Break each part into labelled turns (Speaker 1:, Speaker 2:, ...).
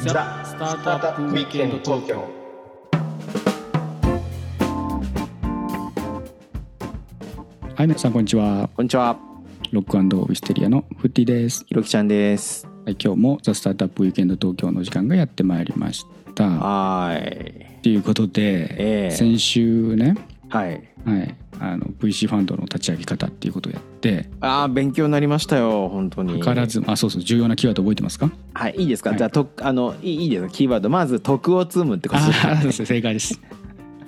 Speaker 1: ザ・スタートアップウィークエンド東京
Speaker 2: はい、皆さんこんにちは。
Speaker 3: こんにちは、
Speaker 2: ロックウィステリアのフッティです。
Speaker 3: ひろきちゃんです。
Speaker 2: はい、今日もザスタートアップウィークエンド東京の時間がやってまいりました。
Speaker 3: はーい。
Speaker 2: ということで、
Speaker 3: ええ
Speaker 2: 先週ね、
Speaker 3: はい。
Speaker 2: はい、あの VC ファンドの立ち上げ方っていうことをやって、
Speaker 3: ああ、勉強になりましたよ、本当に。
Speaker 2: 図らず、あ、そうそう、重要なキーワード覚えてますか？
Speaker 3: はい、いいですか。
Speaker 2: はい
Speaker 3: じゃあ、と、あの、いいいいですか。キーワード、まず、徳を積むってこと
Speaker 2: あ
Speaker 3: で
Speaker 2: ー、そうです正解です。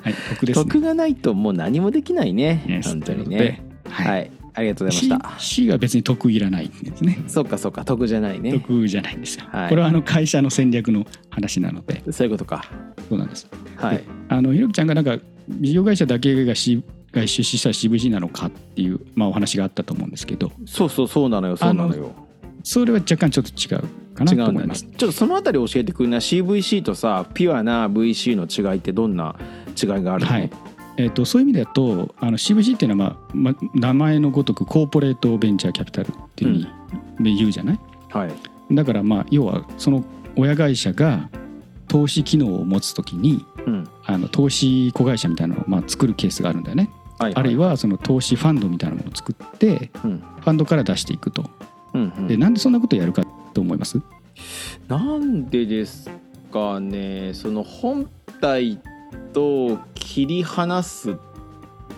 Speaker 2: はい、僕です、ね。
Speaker 3: 徳がないと、もう何もできないね。
Speaker 2: Yes
Speaker 3: 本当に
Speaker 2: というこ
Speaker 3: ね。
Speaker 2: とで
Speaker 3: はい、
Speaker 2: はい。
Speaker 3: ありがとうござい
Speaker 2: C,
Speaker 3: ました。
Speaker 2: C が別に得いらないんですね。
Speaker 3: そうか、そうか、徳じゃないね。
Speaker 2: 得じゃないんですよ。
Speaker 3: はい
Speaker 2: これはあの会社の戦略の話なので、
Speaker 3: そういうことか。
Speaker 2: そうなんです。
Speaker 3: はい。
Speaker 2: あのひろきちゃんがなんか事業会社だけがしが出資した CVC なのかっていう、まあ、お話があったと思うんですけど
Speaker 3: そうそう、そうなのよ、そうなのよ。
Speaker 2: それは若干ちょっと違うかな
Speaker 3: 違
Speaker 2: と
Speaker 3: うん
Speaker 2: 思い
Speaker 3: だよね。
Speaker 2: ま
Speaker 3: ち
Speaker 2: す
Speaker 3: ょ。っとそのあたり教えてくれない。CVC とさ、ピュアな VC の違いってどんな違いがあるの？
Speaker 2: はい。えー、とそういう意味だとあの CVC っていうのは、まあまあ、名前のごとくコーポレートベンチャーキャピタルっていうふうにで言うじゃない、
Speaker 3: はい。
Speaker 2: だからまあ要はその親会社が投資機能を持つときに
Speaker 3: うん。
Speaker 2: あの投資子会社みたいなのをまあ作るケースがあるんだよね、
Speaker 3: はい。
Speaker 2: あるいはその投資ファンドみたいなものを作って
Speaker 3: うん。
Speaker 2: ファンドから出していくと
Speaker 3: うんうん。
Speaker 2: でなんでそんなことやるかと思います
Speaker 3: なんでですかねその本体と切り離す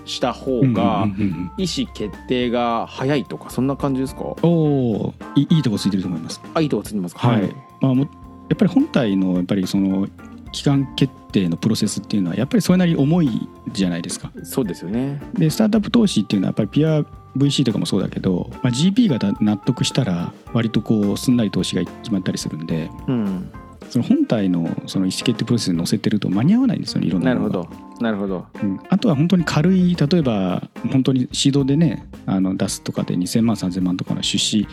Speaker 3: した方が
Speaker 2: うんうんうんうん
Speaker 3: 意思決定が早いとかそんな感じですか
Speaker 2: おおいいいとこついてると思います。
Speaker 3: あいいとこついてますか
Speaker 2: はいまあ、もやっぱり本体のやっぱりその期間決定のプロセスっていうのはやっぱりそれなりに重いじゃないですか。
Speaker 3: そうですよね
Speaker 2: でスタートアップ投資っていうのはやっぱりピア VC とかもそうだけど、まあ、GP がだ納得したら割とこうすんなり投資が決まったりするんで
Speaker 3: うん
Speaker 2: その本体のその意思決定プロセスに載せてると間に合わないんですよねいろん
Speaker 3: な
Speaker 2: な
Speaker 3: る
Speaker 2: もの
Speaker 3: ほ
Speaker 2: が
Speaker 3: どなるほど
Speaker 2: うんあとは本当に軽い例えば本当にシードでねあの出すとかで2,000万3,000万とかの出資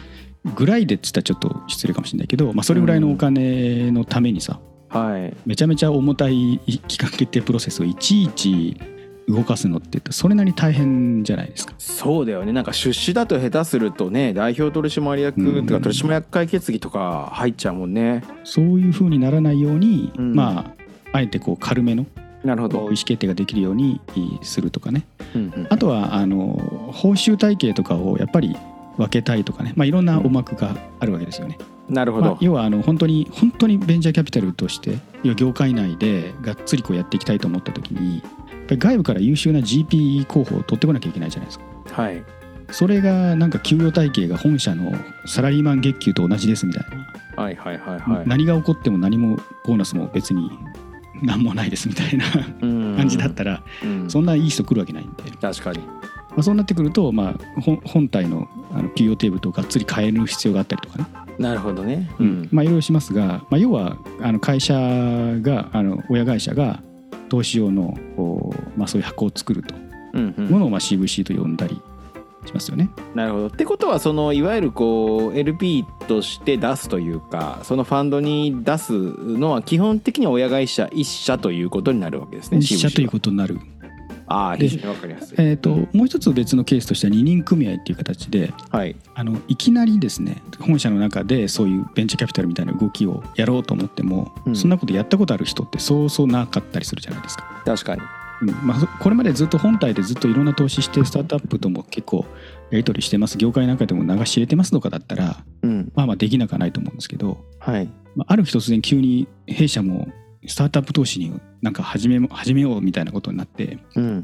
Speaker 2: ぐらいでっつったらちょっと失礼かもしれないけど、まあ、それぐらいのお金のためにさ、
Speaker 3: はい
Speaker 2: めちゃめちゃ重たい期間決定プロセスをいちいち動かすのってそれなりに大変じゃないですか。
Speaker 3: そうだよねなんか出資だと下手するとね代表取締
Speaker 2: う
Speaker 3: 役
Speaker 2: ん
Speaker 3: とか取締役会決議とか入っちゃうもんね
Speaker 2: そういう風にならないように、
Speaker 3: うん
Speaker 2: まああえてこう軽めの
Speaker 3: なる
Speaker 2: こう
Speaker 3: ほ
Speaker 2: 意
Speaker 3: ど
Speaker 2: 思決定ができるようにするとかね
Speaker 3: うんうん
Speaker 2: あとはあの報酬体系とかをやっぱり分けたいとかね、まあ、いろんな思惑があるわけですよね。
Speaker 3: なるほ
Speaker 2: まあ
Speaker 3: ど、
Speaker 2: 要はあの本当に本当にベンチャーキャピタルとして要は業界内でがっつりこうやっていきたいと思った時にやっぱり外部から優秀な GP 候補を取ってこなきゃいけないじゃないですか
Speaker 3: はい
Speaker 2: それがなんか給与体系が本社のサラリーマン月給と同じですみたいな、
Speaker 3: はいはいはいはい
Speaker 2: 何が起こっても何もボーナスも別に何もないですみたいな
Speaker 3: 感
Speaker 2: 感じだったら、
Speaker 3: うん
Speaker 2: そんないい人来るわけないんで、
Speaker 3: 確かに
Speaker 2: まあ、そうなってくると、まあ、ほん本体のあの給与テーブルとがっつり変える必要があったりとかね
Speaker 3: なるほどね。
Speaker 2: まあ、いろいろしますが、まあ、要はあの会社があの親会社が投資用の、こうまあ、そういう箱を作ると
Speaker 3: うんうん
Speaker 2: ものをまあ CVC と呼んだりしますよね。
Speaker 3: なるほど。ってことはそのいわゆるこう LP として出すというかそのファンドに出すのは基本的には親会社一社ということになるわけですね。
Speaker 2: 一社という
Speaker 3: と。
Speaker 2: ことになる、
Speaker 3: ああ
Speaker 2: で
Speaker 3: 非常にわかりやすい。
Speaker 2: えー、ともう一つ別のケースとしては二人組合っていう形で
Speaker 3: はい。
Speaker 2: あのいきなりですね本社の中でそういうベンチャーキャピタルみたいな動きをやろうと思っても、
Speaker 3: うん
Speaker 2: そんなことやったことある人ってそうそうなかったりするじゃないですか。
Speaker 3: 確かに。
Speaker 2: うんまあ、そこれまでずっと本体でずっといろんな投資してスタートアップとも結構やり取りしてます業界なんかでも流し入れてますとかだったら
Speaker 3: うん。
Speaker 2: まあまあできなくはないと思うんですけど、
Speaker 3: はい。
Speaker 2: まあ、ある日突然急に弊社もスタートアップ投資になんか始めも始めようみたいなことになって
Speaker 3: うん。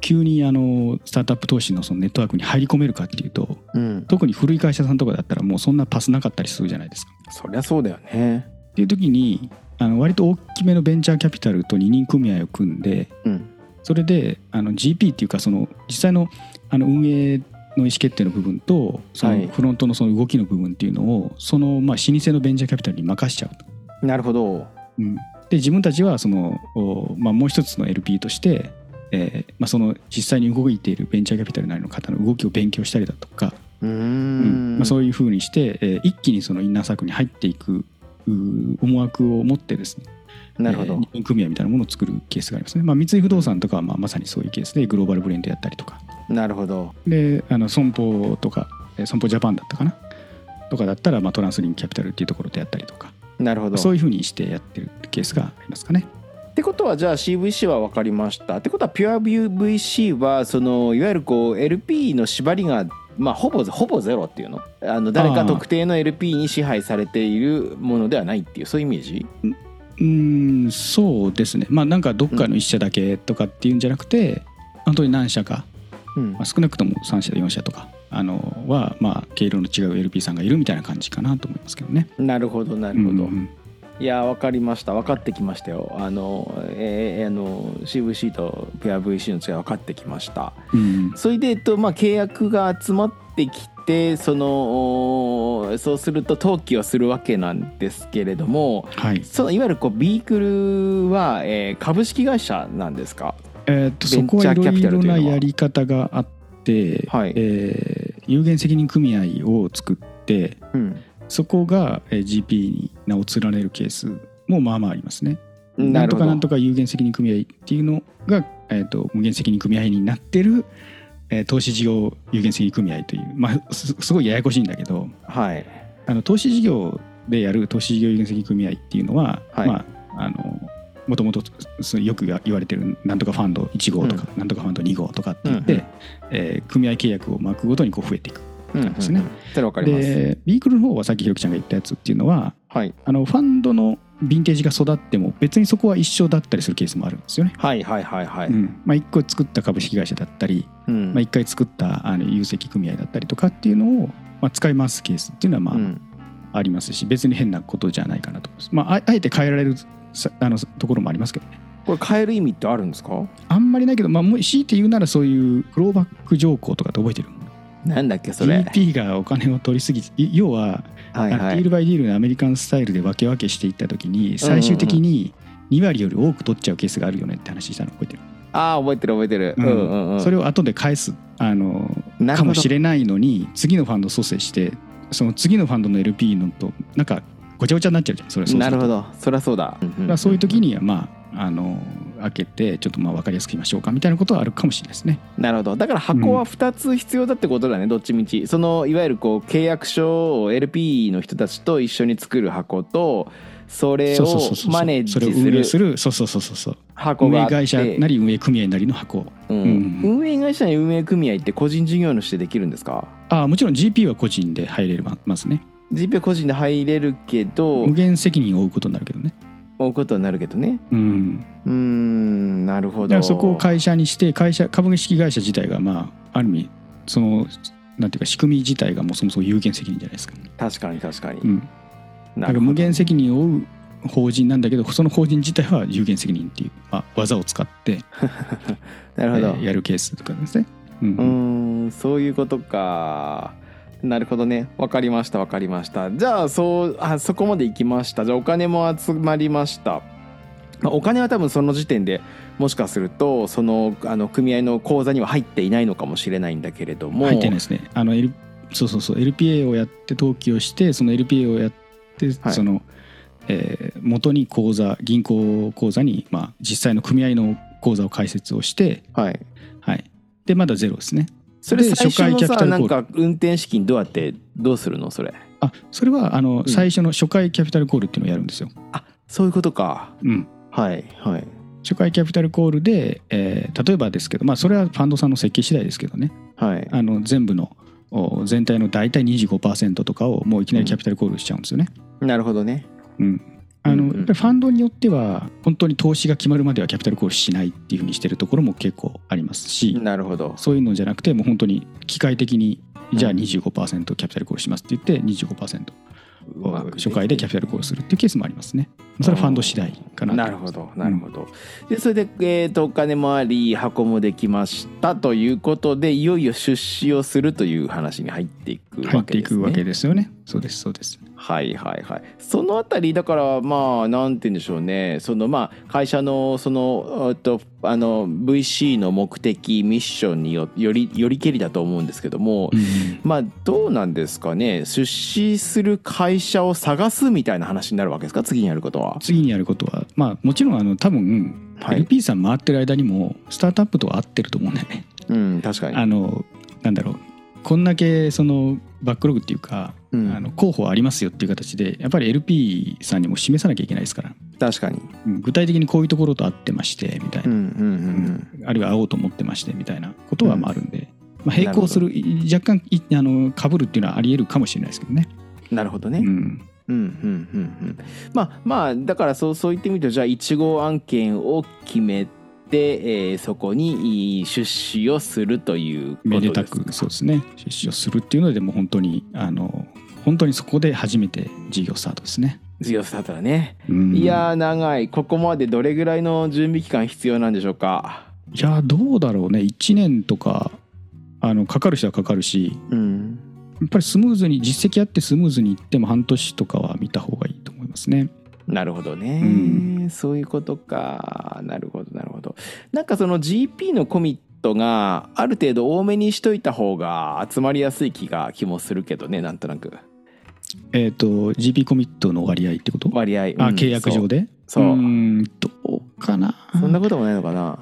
Speaker 2: 急にあのスタートアップ投資のそのネットワークに入り込めるかっていうと
Speaker 3: うん。
Speaker 2: 特に古い会社さんとかだったらもうそんなパスなかったりするじゃないですか。
Speaker 3: そりゃそうだよね。
Speaker 2: っていう時にあの割と大きめのベンチャーキャピタルと二人組合を組んで
Speaker 3: うん。
Speaker 2: それであの GP っていうかその実際のあの運営の意思決定の部分とそ
Speaker 3: は
Speaker 2: の
Speaker 3: い
Speaker 2: フロントのその動きの部分っていうのをそのまあ老舗のベンチャーキャピタルに任しちゃうと。
Speaker 3: なるほど。
Speaker 2: うんで自分たちはその、おまあ、もう一つの LP として、えーまあ、その実際に動いているベンチャーキャピタルなりの方の動きを勉強したりだとか、
Speaker 3: うー
Speaker 2: うん
Speaker 3: ん。
Speaker 2: まあ、そういうふうにして、えー一気にそのインナーサークルに入っていくう思惑を持ってですね
Speaker 3: なるほど。
Speaker 2: えー、認組合みたいなものを作るケースがありますね。まあ、三井不動産とかはまあまさにそういうケースでグローバルブレンドやったりとか
Speaker 3: なるほど。
Speaker 2: であの損保とかえー損保ジャパンだったかなとかだったら、まあ、トランスリンクキャピタルっていうところでやったりとか、
Speaker 3: なるほど
Speaker 2: そういうふうにしてやってるケースがありますかね。
Speaker 3: ってことはじゃあ CVC は分かりましたってことは PureVC はそのいわゆるこう LP の縛りがまあほぼほぼゼロっていうのあの誰か特定の LP に支配されているものではないっていうそういうイメージ
Speaker 2: うーんそうですねまあなんかどっかの1社だけとかっていうんじゃなくて、本当に何社か、
Speaker 3: うん
Speaker 2: まあ、少なくとも3社4社とかあのはまあ毛色の違う LP さんがいるみたいな感じかなと思いますけどね。
Speaker 3: なるほどなるほど、
Speaker 2: うんうん
Speaker 3: いや分かりました分かってきましたよあの,、えーあの CVC と PureVC の違い分かってきました
Speaker 2: うん
Speaker 3: それで、えっとまあ、契約が集まってきてそのおーそうすると登記をするわけなんですけれども
Speaker 2: はい
Speaker 3: そのいわゆるこうビークルは、えー株式会社なんですか
Speaker 2: えー、と
Speaker 3: ベ
Speaker 2: そ
Speaker 3: ンチ
Speaker 2: こ
Speaker 3: ャ
Speaker 2: はい
Speaker 3: ー
Speaker 2: ろ
Speaker 3: キャピ
Speaker 2: い
Speaker 3: タル
Speaker 2: ろ
Speaker 3: というのは
Speaker 2: なやり方があって、
Speaker 3: はい
Speaker 2: えー有限責任組合を作って
Speaker 3: うん
Speaker 2: そこがえー GP に名を連ねるケースもまあまあありますね。
Speaker 3: な
Speaker 2: なん
Speaker 3: る
Speaker 2: と
Speaker 3: ほ
Speaker 2: か
Speaker 3: ど
Speaker 2: なんとか有限責任組合っていうのが、えー、と無限責任組合になってる、えー投資事業有限責任組合という、まあ、すすごいややこしいんだけど
Speaker 3: はい
Speaker 2: あの投資事業でやる投資事業有限責任組合っていうのは、
Speaker 3: はい
Speaker 2: まあ、あのもともとすよく言われてるなんとかファンド1号とか、なんとかファンド2号とかって言って、
Speaker 3: うんうん
Speaker 2: えー組合契約を巻くごとにこう増えていく。
Speaker 3: うんうん
Speaker 2: 感じですね
Speaker 3: それ分かります
Speaker 2: でビークルの方はさっきひろきちゃんが言ったやつっていうのは
Speaker 3: はい
Speaker 2: あのファンドのヴィンテージが育っても別にそこは一緒だったりするケースもあるんですよね。
Speaker 3: はいはいはいはい、
Speaker 2: うんまあ、1個作った株式会社だったり、
Speaker 3: うん
Speaker 2: まあ、1回作ったあの有責組合だったりとかっていうのを、まあ、使い回すケースっていうのは
Speaker 3: う
Speaker 2: ま
Speaker 3: ん
Speaker 2: あありますし、別に変なことじゃないかなと思います、まあ、ああえて変えられるさあのところもありますけどね
Speaker 3: これ変える意味ってあるんですか
Speaker 2: あんまりないけど、まあ、もう強いて言うならそういうフローバック条項とかって覚えてる
Speaker 3: なんだっけそれ、
Speaker 2: GP がお金を取りすぎい要は、
Speaker 3: はい
Speaker 2: あの
Speaker 3: は
Speaker 2: ディー
Speaker 3: い
Speaker 2: ルバイディールのアメリカンスタイルで分け分けしていった時に最終的に2割より多く取っちゃうケースがあるよねって話したの覚えてる
Speaker 3: ああ覚えてる覚えてる、うんうんうん、
Speaker 2: それを後で返すあの
Speaker 3: なる
Speaker 2: か
Speaker 3: ほ
Speaker 2: も
Speaker 3: ど
Speaker 2: しれないのに次のファンド蘇生してその次のファンドの LP のとなんかごちゃごちゃになっちゃうじゃんそれそうすると
Speaker 3: なるほどそりゃそうだ、うんうん
Speaker 2: だからそういう時にはまああの開けてちょっとまあ分かりやすく言いましょうかみたいなことはあるかもしれないですね。
Speaker 3: なるほどだから箱は2つ必要だってことだね、どっちみちそのいわゆるこう契約書を LP の人たちと一緒に作る箱とそれ
Speaker 2: そ
Speaker 3: を
Speaker 2: うそうそうそう
Speaker 3: マネージ
Speaker 2: それを運営
Speaker 3: す
Speaker 2: す
Speaker 3: る
Speaker 2: るそうそうそうそうそう
Speaker 3: 箱
Speaker 2: 運営
Speaker 3: があって
Speaker 2: 会社なり運営組合なりの箱
Speaker 3: うん
Speaker 2: うん
Speaker 3: 運営会社に運営組合って個人事業主でできるんですか
Speaker 2: ああもちろん GP は個人で入れますね
Speaker 3: GP 個人で入れるけど
Speaker 2: 無限責任を負うことになるけどね。
Speaker 3: 追うことになるけどね
Speaker 2: うん、
Speaker 3: うーんなる
Speaker 2: だか
Speaker 3: ほど
Speaker 2: らそこを会社にして会社株式会社自体がまあある意味そのなんていうか仕組み自体がもうそもそも有限責任じゃないですか。
Speaker 3: 確かに確かに、
Speaker 2: うんなん
Speaker 3: なる
Speaker 2: か
Speaker 3: ほど
Speaker 2: 無限責任を負う法人なんだけどその法人自体は有限責任っていう、まあ、技を使って、
Speaker 3: なるほど、
Speaker 2: えーやるケースとかですね。う
Speaker 3: うんーんそういうことかなるほどねわかりましたわかりましたじゃあそうあそこまで行きましたじゃあお金も集まりました、まあ、お金は多分その時点でもしかするとそのあの組合の口座には入っていないのかもしれないんだけれども
Speaker 2: 入ってないですね。あの、L、そうそうそう LPA をやって登記をしてその LPA をやって、
Speaker 3: はい
Speaker 2: その、えー元に口座銀行口座に、まあ、実際の組合の口座を開設をして、
Speaker 3: はい
Speaker 2: はい、でまだゼロですね。
Speaker 3: それ
Speaker 2: で
Speaker 3: 最
Speaker 2: 初
Speaker 3: 初
Speaker 2: 回キ
Speaker 3: の
Speaker 2: ャピ
Speaker 3: さ
Speaker 2: タル
Speaker 3: な
Speaker 2: コ
Speaker 3: ん
Speaker 2: ール
Speaker 3: か運転資金どうやってどうするのそれ
Speaker 2: あそれはあの、
Speaker 3: ん
Speaker 2: 最初の初回キャピタルコールっていうのをやるんですよ。
Speaker 3: あそういうことか
Speaker 2: うん、
Speaker 3: はいはい
Speaker 2: 初回キャピタルコールで、えー例えばですけど、まあ、それはファンドさんの設計次第ですけどね
Speaker 3: はい
Speaker 2: あの全部のお全体の大体25%とかをもういきなりキャピタルコールしちゃうんですよね。
Speaker 3: なるほどね
Speaker 2: うんあ
Speaker 3: うん
Speaker 2: の
Speaker 3: うん
Speaker 2: やっぱりファンドによっては本当に投資が決まるまではキャピタルコールしないっていうふうにしてるところも結構ありますし
Speaker 3: なるほど
Speaker 2: そういうのじゃなくてもう本当に機械的に
Speaker 3: ん
Speaker 2: じゃあ25%キャピタルコールしますって言って25%を初回でキャピタルコールするっていうケースもありますね。それはファンド次第かなと
Speaker 3: なるほどなるほど、でそれで、えーとお金もあり箱もできましたということでいよいよ出資をするという話に入っていく
Speaker 2: 入
Speaker 3: わ
Speaker 2: っ
Speaker 3: け
Speaker 2: てい
Speaker 3: です
Speaker 2: くわけ
Speaker 3: ね
Speaker 2: ですよね。そうですそうです。
Speaker 3: はいはいはいそのあたりだからまあなんて言うんでしょうねそのまあ会社のそのえっとあの VC の目的ミッションによよりよりけりだと思うんですけども、まあどうなんですかね出資する会社を探すみたいな話になるわけですか次にやることは。
Speaker 2: 次にやることはまあもちろんあの多分
Speaker 3: はい
Speaker 2: LP さん回ってる間にもスタートアップとは合ってると思うんだよね。
Speaker 3: うん確かに。
Speaker 2: あのなんだろうこんだけそのバックログっていうか
Speaker 3: うん
Speaker 2: あの候補ありますよっていう形でやっぱり LP さんにも示さなきゃいけないですから、
Speaker 3: 確かに
Speaker 2: うん具体的にこういうところと合ってましてみたいな
Speaker 3: う、んうん
Speaker 2: あるいは会おうと思ってましてみたいなことはまああるんで、まあ、
Speaker 3: なる
Speaker 2: 並
Speaker 3: ほど
Speaker 2: 行するい若干いあの被るっていうのはありえるかもしれないですけどね。
Speaker 3: うんなるほど
Speaker 2: う
Speaker 3: ね、
Speaker 2: ん、
Speaker 3: うんうんうんうんまあまあだからそうそう言ってみるとじゃあ1号案件を決めて、えーそこにいい出資をするということで
Speaker 2: め
Speaker 3: す
Speaker 2: でたくそうですね出資をするっていうのででも本当にあの本当にそこで初めて事業スタートですね。
Speaker 3: 強さだったらね、
Speaker 2: うん
Speaker 3: いやー長いここまでどれぐらいの準備期間必要なんでしょうか
Speaker 2: いやどうだろうね1年とかあのかかる人はかかるし
Speaker 3: うん
Speaker 2: やっぱりスムーズに実績あってスムーズにいっても半年とかは見た方がいいと思いますね。
Speaker 3: なるほどね、
Speaker 2: う
Speaker 3: そういうことかなるほどなるほどなんかその GP のコミットがある程度多めにしといた方が集まりやすい気が気もするけどねなんとなく
Speaker 2: えっ、と GP コミットの割合ってこと、
Speaker 3: 割合、
Speaker 2: あ
Speaker 3: うん
Speaker 2: 契約上で
Speaker 3: そうそう
Speaker 2: ーんどうかな
Speaker 3: そんなこともないのかな、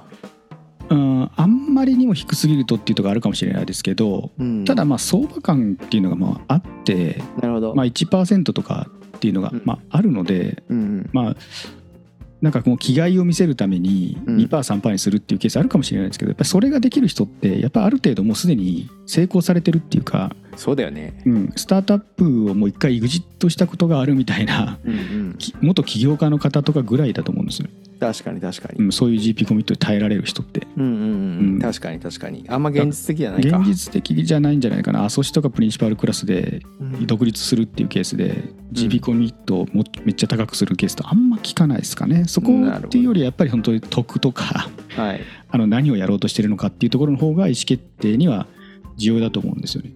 Speaker 2: うんあんまりにも低すぎるとっていうところあるかもしれないですけど
Speaker 3: うん
Speaker 2: ただまあ相場感っていうのがまああって、
Speaker 3: なるほど、
Speaker 2: まあ、1%とかっていうのが
Speaker 3: うん
Speaker 2: まああるので、
Speaker 3: うん
Speaker 2: まあなんかもう気概を見せるために
Speaker 3: うん
Speaker 2: 2%3% にするっていうケースあるかもしれないですけどやっぱりそれができる人ってやっぱりある程度もうすでに成功されてるっていうか、
Speaker 3: そうだよね、
Speaker 2: うん、スタートアップをもう一回エグジットしたことがあるみたいな
Speaker 3: うんうん、
Speaker 2: き元起業家の方とかぐらいだと思うんですよ、
Speaker 3: 確かに確か
Speaker 2: う
Speaker 3: に、
Speaker 2: ん、そういう GP コミットで耐えられる人って。
Speaker 3: うんうんうん
Speaker 2: うん
Speaker 3: 確かに確かにあんま現実的じゃないか
Speaker 2: 現実的じゃないんじゃないかなアソシとかプリンシパルクラスで
Speaker 3: うん
Speaker 2: 独立するっていうケースで GP コミットをもめっちゃ高くするケースとあんま聞かないですかねそこ
Speaker 3: なるほど
Speaker 2: っていうよりやっぱり本当に得とか
Speaker 3: はい
Speaker 2: あの何をやろうとしてるのかっていうところの方が意思決定には重要だと思うんですよね。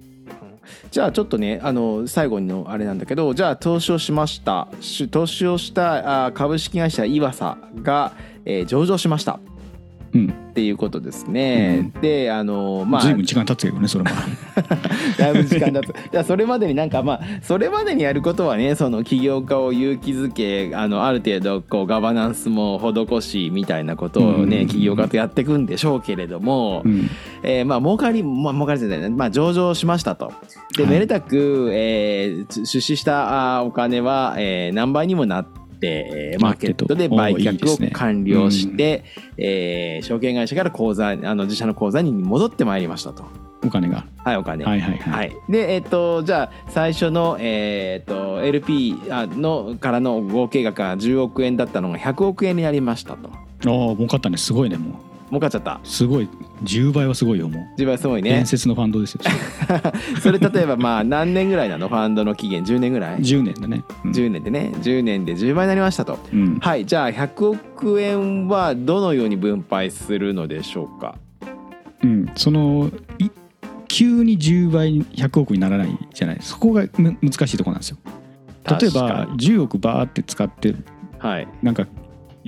Speaker 3: じゃあちょっとねあの最後のあれなんだけどじゃあ投資をしましたし投資をしたあ株式会社岩佐が、えー上場しました
Speaker 2: うん、
Speaker 3: っていうことですね、であのまあ
Speaker 2: 随分時間経つけどねそれも
Speaker 3: だいぶ時間だとじゃあそれまでになんかまあそれまでにやることはねその起業家を勇気づけあのある程度こうガバナンスも施しみたいなことを
Speaker 2: うんうんう
Speaker 3: ね
Speaker 2: ん
Speaker 3: 起業家とやっていくんでしょうけれども、
Speaker 2: うん
Speaker 3: えーまあ儲かりまあ儲かりじゃないねまあ上場しましたとで
Speaker 2: はい
Speaker 3: めでたく、えー出出資したあーお金は、えー何倍にもなって。えーマーケットで
Speaker 2: マー
Speaker 3: 売
Speaker 2: ケットおーいいです
Speaker 3: 却
Speaker 2: ね
Speaker 3: を完了して、えー証券会社から口座あの自社の口座に戻ってまいりましたと、
Speaker 2: お金が。
Speaker 3: はい、お金、
Speaker 2: はいはいはい。
Speaker 3: はい、でえっ、とじゃあ最初の、えっと LP あのからの合計額が10億円だったのが100億円になりましたと
Speaker 2: ああ儲かったねすごいねも
Speaker 3: 儲かっちゃった
Speaker 2: うすごい10倍はすごいよもう。
Speaker 3: 自分はすごいね
Speaker 2: 伝説のファンドです よ。
Speaker 3: それ例えばまあ何年ぐらいなのファンドの期限10年ぐらい
Speaker 2: 10年だね。うん
Speaker 3: 10年でね10年で10倍になりましたと
Speaker 2: うん
Speaker 3: はいじゃあ100億円はどのように分配するのでしょうか
Speaker 2: うん、そのい急に10倍に100億にならないじゃないそこがむ難しいところなんですよ例えば
Speaker 3: 確か
Speaker 2: 10億バーって使って
Speaker 3: にはい
Speaker 2: なんか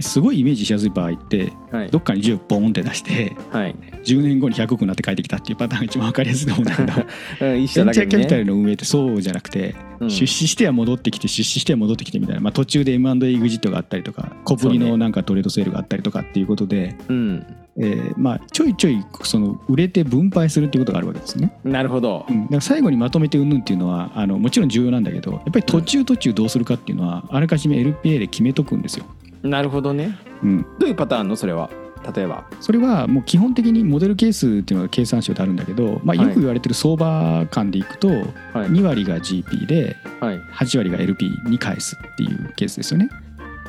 Speaker 2: すごいイメージしやすい場合って
Speaker 3: はい
Speaker 2: どっかに10億ボーンって出して
Speaker 3: はい、
Speaker 2: 10年後に100億になって帰ってきたっていうパターンが一番分かりやすいと思うんだけど
Speaker 3: うん、一
Speaker 2: ベ
Speaker 3: 緒
Speaker 2: ン
Speaker 3: だ
Speaker 2: チャー
Speaker 3: け
Speaker 2: キャ
Speaker 3: ど
Speaker 2: ピタ
Speaker 3: ね、
Speaker 2: ルの運営ってそうじゃなくて、
Speaker 3: うん
Speaker 2: 出資しては戻ってきて出資しては戻ってきてみたいな、まあ、途中で M&A エグジットがあったりとか小ぶり
Speaker 3: そうね
Speaker 2: のなんかトレードセールがあったりとかっていうことで、
Speaker 3: うん、
Speaker 2: えーまあ、ちょいちょいその売れて分配するっていうことがあるわけですね。
Speaker 3: なるほど
Speaker 2: うんだから最後にまとめてうんぬんっていうのはあのもちろん重要なんだけどやっぱり途中途中どうするかっていうのはあらかじめ LPA で決めとくんですよ。
Speaker 3: なるほどね
Speaker 2: うん、
Speaker 3: どういうパターンのそれは例えば
Speaker 2: それはもう基本的にモデルケースっていうのが計算書であるんだけど、まあ、
Speaker 3: は
Speaker 2: よ
Speaker 3: い
Speaker 2: く言われてる相場感でいくと
Speaker 3: はい
Speaker 2: 2割が GP で
Speaker 3: はい
Speaker 2: 8割が LP に返すっていうケースですよね。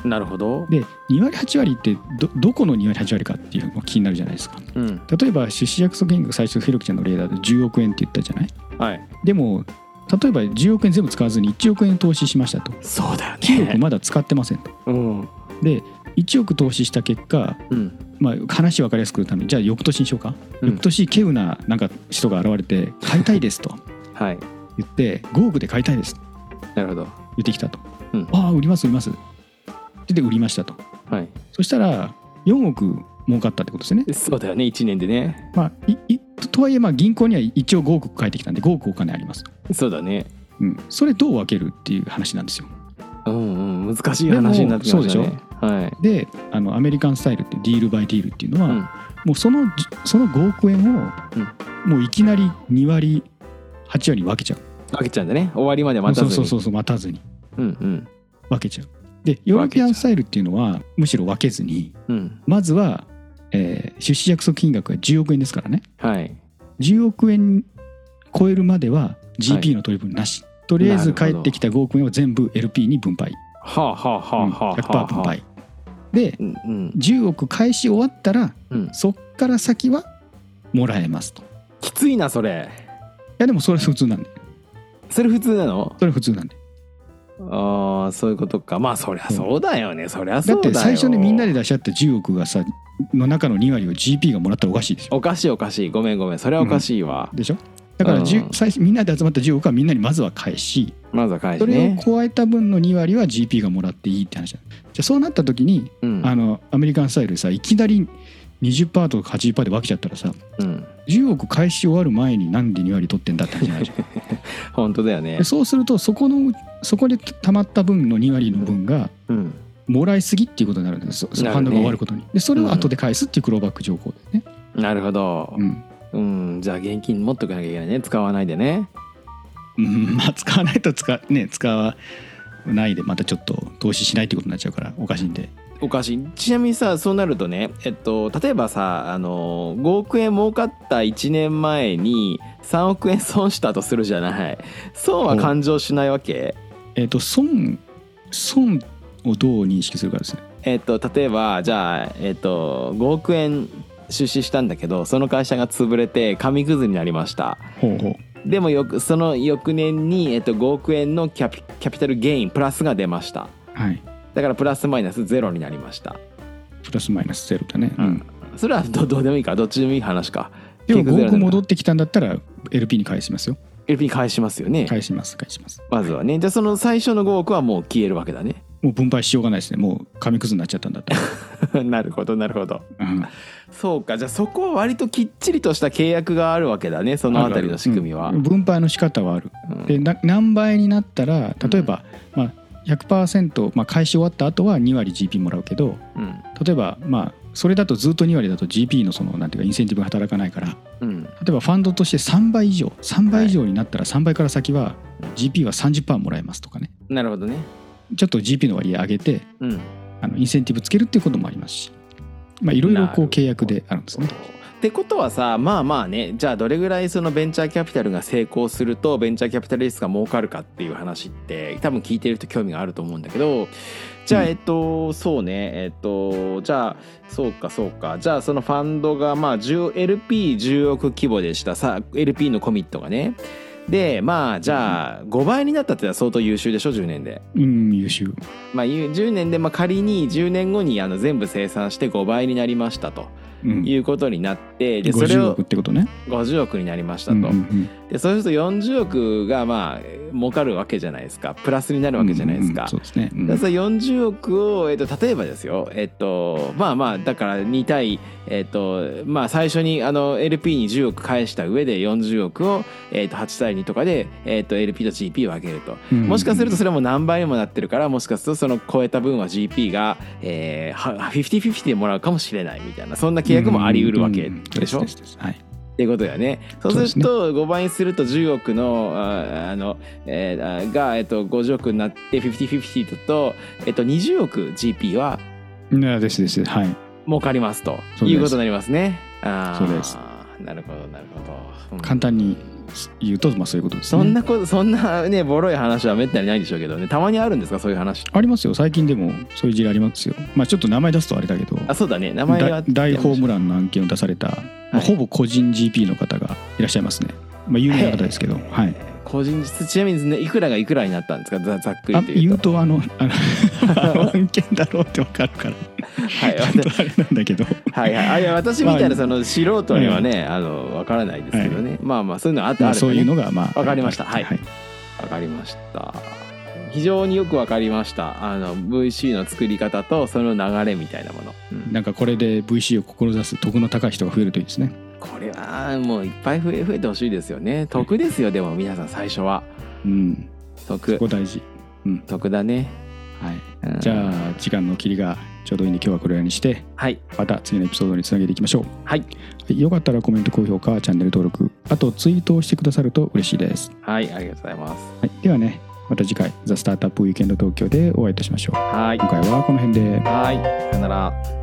Speaker 3: なるほど。
Speaker 2: で2割8割ってどどこの2割8割かっていうのが気になるじゃないですか。
Speaker 3: うん。
Speaker 2: 例えば出資約束金額最初ひろきちゃんの例だと10億円って言ったじゃない
Speaker 3: はい。
Speaker 2: でも例えば10億円全部使わずに1億円投資しましたと。
Speaker 3: そうだよ
Speaker 2: 9億。まだ使ってませんと。
Speaker 3: うん。
Speaker 2: で1億投資した結果、
Speaker 3: うん。
Speaker 2: まあ、話分かりやすくするためにじゃあ翌年にしようか、
Speaker 3: うん
Speaker 2: 翌年稀有ななんか人が現れて「買いたいです」と
Speaker 3: はい。
Speaker 2: 言って「5億で買いたいです」と
Speaker 3: なるほど。
Speaker 2: 言ってきたと「
Speaker 3: うん
Speaker 2: ああ売ります売ります」で売りましたと
Speaker 3: はい。
Speaker 2: そしたら4億儲かったってことですよね。
Speaker 3: そうだよね。一年でね。
Speaker 2: まあ、いいととはいえまあ銀行には一応5億返ってきたんで5億お金ありますと、
Speaker 3: そうだね。
Speaker 2: うん、それどう分けるっていう話なんですよ。
Speaker 3: うんうん。難しい話になってきました
Speaker 2: で
Speaker 3: ね。はい。
Speaker 2: であのアメリカンスタイルってディールバイディールっていうのは、
Speaker 3: うん
Speaker 2: もうそのじその5億円を、もういきなり2割8割に分けちゃう
Speaker 3: 分けちゃうんだね終わりまで待たずに
Speaker 2: そうそうそうそう待たずに
Speaker 3: うんうん
Speaker 2: 分けちゃうでヨーロピアンスタイルっていうのはむしろ分けずに
Speaker 3: うん
Speaker 2: まずは、えー出資約束金額が10億円ですからね
Speaker 3: はい
Speaker 2: 10億円超えるまでは GP の取り分なし、とりあえず
Speaker 3: なる
Speaker 2: 返
Speaker 3: ほど
Speaker 2: ってきた5億円を全部 LP に分配、
Speaker 3: はあはあは
Speaker 2: うん
Speaker 3: あはあ
Speaker 2: 100%分配で
Speaker 3: うんうん
Speaker 2: 10億返し終わったら
Speaker 3: うん
Speaker 2: そっから先はもらえますとい
Speaker 3: きついなそれ
Speaker 2: やでもそれは普通なんで
Speaker 3: それ普通なの
Speaker 2: それは普通なんで
Speaker 3: ああそういうことかまあそりゃそうだよね、そりゃ
Speaker 2: だ
Speaker 3: そ
Speaker 2: っ
Speaker 3: うだ
Speaker 2: て
Speaker 3: よ
Speaker 2: 最初にみんなで出し合った10億がさの中の2割を GP がもらったらおかしいでしょ
Speaker 3: おかしいおかしいごめんごめんそれはおかしいわ、
Speaker 2: でしょだから
Speaker 3: うん
Speaker 2: 10最初みんなで集まった10億はみんなにまずは返し
Speaker 3: まずは返し
Speaker 2: それを
Speaker 3: ね
Speaker 2: 加えた分の2割は GP がもらっていいって話だじゃあそうなった時に
Speaker 3: うん
Speaker 2: あのアメリカンスタイルでさいきなり20%とか80%で分けちゃったらさ
Speaker 3: うん
Speaker 2: 10億返し終わる前になんで2割取ってんだって話になる じゃん
Speaker 3: 本当だよね
Speaker 2: でそうするとそこのそこでたまった分の2割の分が
Speaker 3: うん
Speaker 2: もらいすぎっていうことになるんですよそ
Speaker 3: なる
Speaker 2: 反
Speaker 3: ね
Speaker 2: 応が終わることにでそれを後で返すっていうクローバック条項でね、
Speaker 3: なるほど
Speaker 2: うん
Speaker 3: うん、じゃあ現金持っとかなきゃいけないね使わないでね
Speaker 2: うん まあ使わないと使,、ね、使わないでまたちょっと投資しないってことになっちゃうからおかしいんで
Speaker 3: おかしいちなみにさそうなるとねえっと例えばさあの5億円儲かった1年前に3億円損したとするじゃない損は勘定しないわけ
Speaker 2: えっ、と損損をどう認識するかですね
Speaker 3: えっと例えばじゃあえっと5億円出資したんだけどその会社が潰れて紙くずになりました
Speaker 2: ほうほう
Speaker 3: でもよくその翌年に、えっと、5億円のキャピキャピタルゲインプラスが出ました
Speaker 2: はい
Speaker 3: だからプラスマイナスゼロになりました
Speaker 2: プラスマイナスゼロだね、
Speaker 3: うんそれはどどうでもいいかどっちでもいい話か
Speaker 2: でも
Speaker 3: 結局
Speaker 2: 5
Speaker 3: ゼロな
Speaker 2: 億
Speaker 3: んだ
Speaker 2: 戻ってきたんだったら LP に返しますよ
Speaker 3: LP に返しますよね、
Speaker 2: 返します返します
Speaker 3: まずはねじゃあその最初の5億はもう消えるわけだね
Speaker 2: もう分配しようがないですねもう紙くずになっちゃったんだったら、
Speaker 3: なるほどなるほど
Speaker 2: うん
Speaker 3: そうかじゃあそこは割ときっちりとした契約があるわけだねそのあたりの 仕組みは
Speaker 2: うん分配の仕方はある
Speaker 3: うん
Speaker 2: でな何倍になったら例えば、まあ、100%、まあ、返し終わった後は2割 GP もらうけど
Speaker 3: うん
Speaker 2: 例えばまあそれだとずっと2割だと GP のそのなんていうかインセンティブが働かないから
Speaker 3: うん
Speaker 2: 例えばファンドとして3倍以上3倍以上になったら3倍から先は GP は30%もらえますとかね
Speaker 3: なるほどね
Speaker 2: ちょっと GP の割合上げて
Speaker 3: うん
Speaker 2: あのインセンティブつけるっていうこともありますし、まあ、いろいろこう
Speaker 3: なるほど
Speaker 2: 契約であるんですね。
Speaker 3: ってことはさまあまあねじゃあどれぐらいそのベンチャーキャピタルが成功するとベンチャーキャピタリストが儲かるかっていう話って多分聞いてる人興味があると思うんだけどじゃあ
Speaker 2: うん
Speaker 3: えっと、そうねえっとじゃあそうかそうかじゃあそのファンドがまあ LP10 億規模でしたさ LP のコミットがねでまあじゃあ5倍になったってのは相当優秀でしょ10年で。
Speaker 2: うん優秀
Speaker 3: まあ、いう10年で、まあ、仮に10年後にあの全部生産して5倍になりましたと
Speaker 2: うん
Speaker 3: いうことになってでそれ
Speaker 2: 50
Speaker 3: を
Speaker 2: 億ってことね。
Speaker 3: 50億になりました
Speaker 2: うん
Speaker 3: と、
Speaker 2: うんうん
Speaker 3: でそうすると40億がまあえー儲かるわけじゃないですかプラスになるわけじゃないです
Speaker 2: うんうん
Speaker 3: か
Speaker 2: うん、そうですね。うん
Speaker 3: でその40億を、えっと例えばですよえっとまあまあだから2対えっとまあ最初にあの LP に10億返した上で40億を、えっと8対2とかで、えっと LP と GP を分けると
Speaker 2: うんうん
Speaker 3: もしかするとそれも何倍にもなってるからもしかするとその超えた分は GP が、えー、は50/50でもらうかもしれないみたいなそんな契約もあり得るわけでしょ、
Speaker 2: うんうんうんそうすそうすはい
Speaker 3: っていうことだよね。そうすると5倍にすると10億のああの、えーあが、えっと、50億になって50/50だと、えっと、20億 GP は
Speaker 2: うんですですはい。
Speaker 3: 儲かりますと
Speaker 2: そうです
Speaker 3: いうことになりますね。あー
Speaker 2: そうです
Speaker 3: なるほどなるほど。うん
Speaker 2: 簡単に言うとまあそういうことですね。
Speaker 3: そんなことそんなねボロい話はめったにないんでしょうけどねたまにあるんですかそういう話。
Speaker 2: ありますよ最近でもそういう事例ありますよ。まあちょっと名前出すとあれだけど。
Speaker 3: あそうだね名前
Speaker 2: だ
Speaker 3: は
Speaker 2: 大ホームランの案件を出された、まあ
Speaker 3: はい
Speaker 2: ほぼ個人 GP の方がいらっしゃいますね。まあ有名な方ですけど、はい。
Speaker 3: 個人ちなみにねいくらがいくらになったんですかざざっく
Speaker 2: あ
Speaker 3: りとい
Speaker 2: 言
Speaker 3: う
Speaker 2: う
Speaker 3: と。
Speaker 2: とあのあのあの 案件だろうってわかるから
Speaker 3: はい
Speaker 2: ちょっとあれなんだけど
Speaker 3: はいはい、あいや私みたい
Speaker 2: ま
Speaker 3: な
Speaker 2: あ
Speaker 3: その素人にはね、あのわからないですけどね、まあまあそういうのあった
Speaker 2: ま
Speaker 3: あ
Speaker 2: あ
Speaker 3: るか
Speaker 2: そう
Speaker 3: ね
Speaker 2: いうのがまあ
Speaker 3: わかりましたはい
Speaker 2: はい
Speaker 3: わかりました非常によくわかりましたあの VC の作り方とその流れみたいなもの、うん
Speaker 2: なんかこれで VC を志す得の高い人が増えるといいですね
Speaker 3: これはもういっぱい増え増えてほしいですよね得ですよでも皆さん最初は
Speaker 2: うんそ
Speaker 3: 得
Speaker 2: こ大事うん
Speaker 3: 得だね、
Speaker 2: はい
Speaker 3: うん
Speaker 2: じゃあ時間の切りがちょうどいいんで今日はこれぐらいにして
Speaker 3: はい
Speaker 2: また次のエピソードにつなげていきましょう
Speaker 3: はい
Speaker 2: よかったらコメント、高評価、チャンネル登録、あとツイートをしてくださると嬉しいです。
Speaker 3: はいありがとうございます
Speaker 2: はい、ではね、また次回、ザ・スタートアップウィーケンド東京でお会いいたしましょう。
Speaker 3: はい
Speaker 2: 今回はこの辺で。
Speaker 3: はいさよなら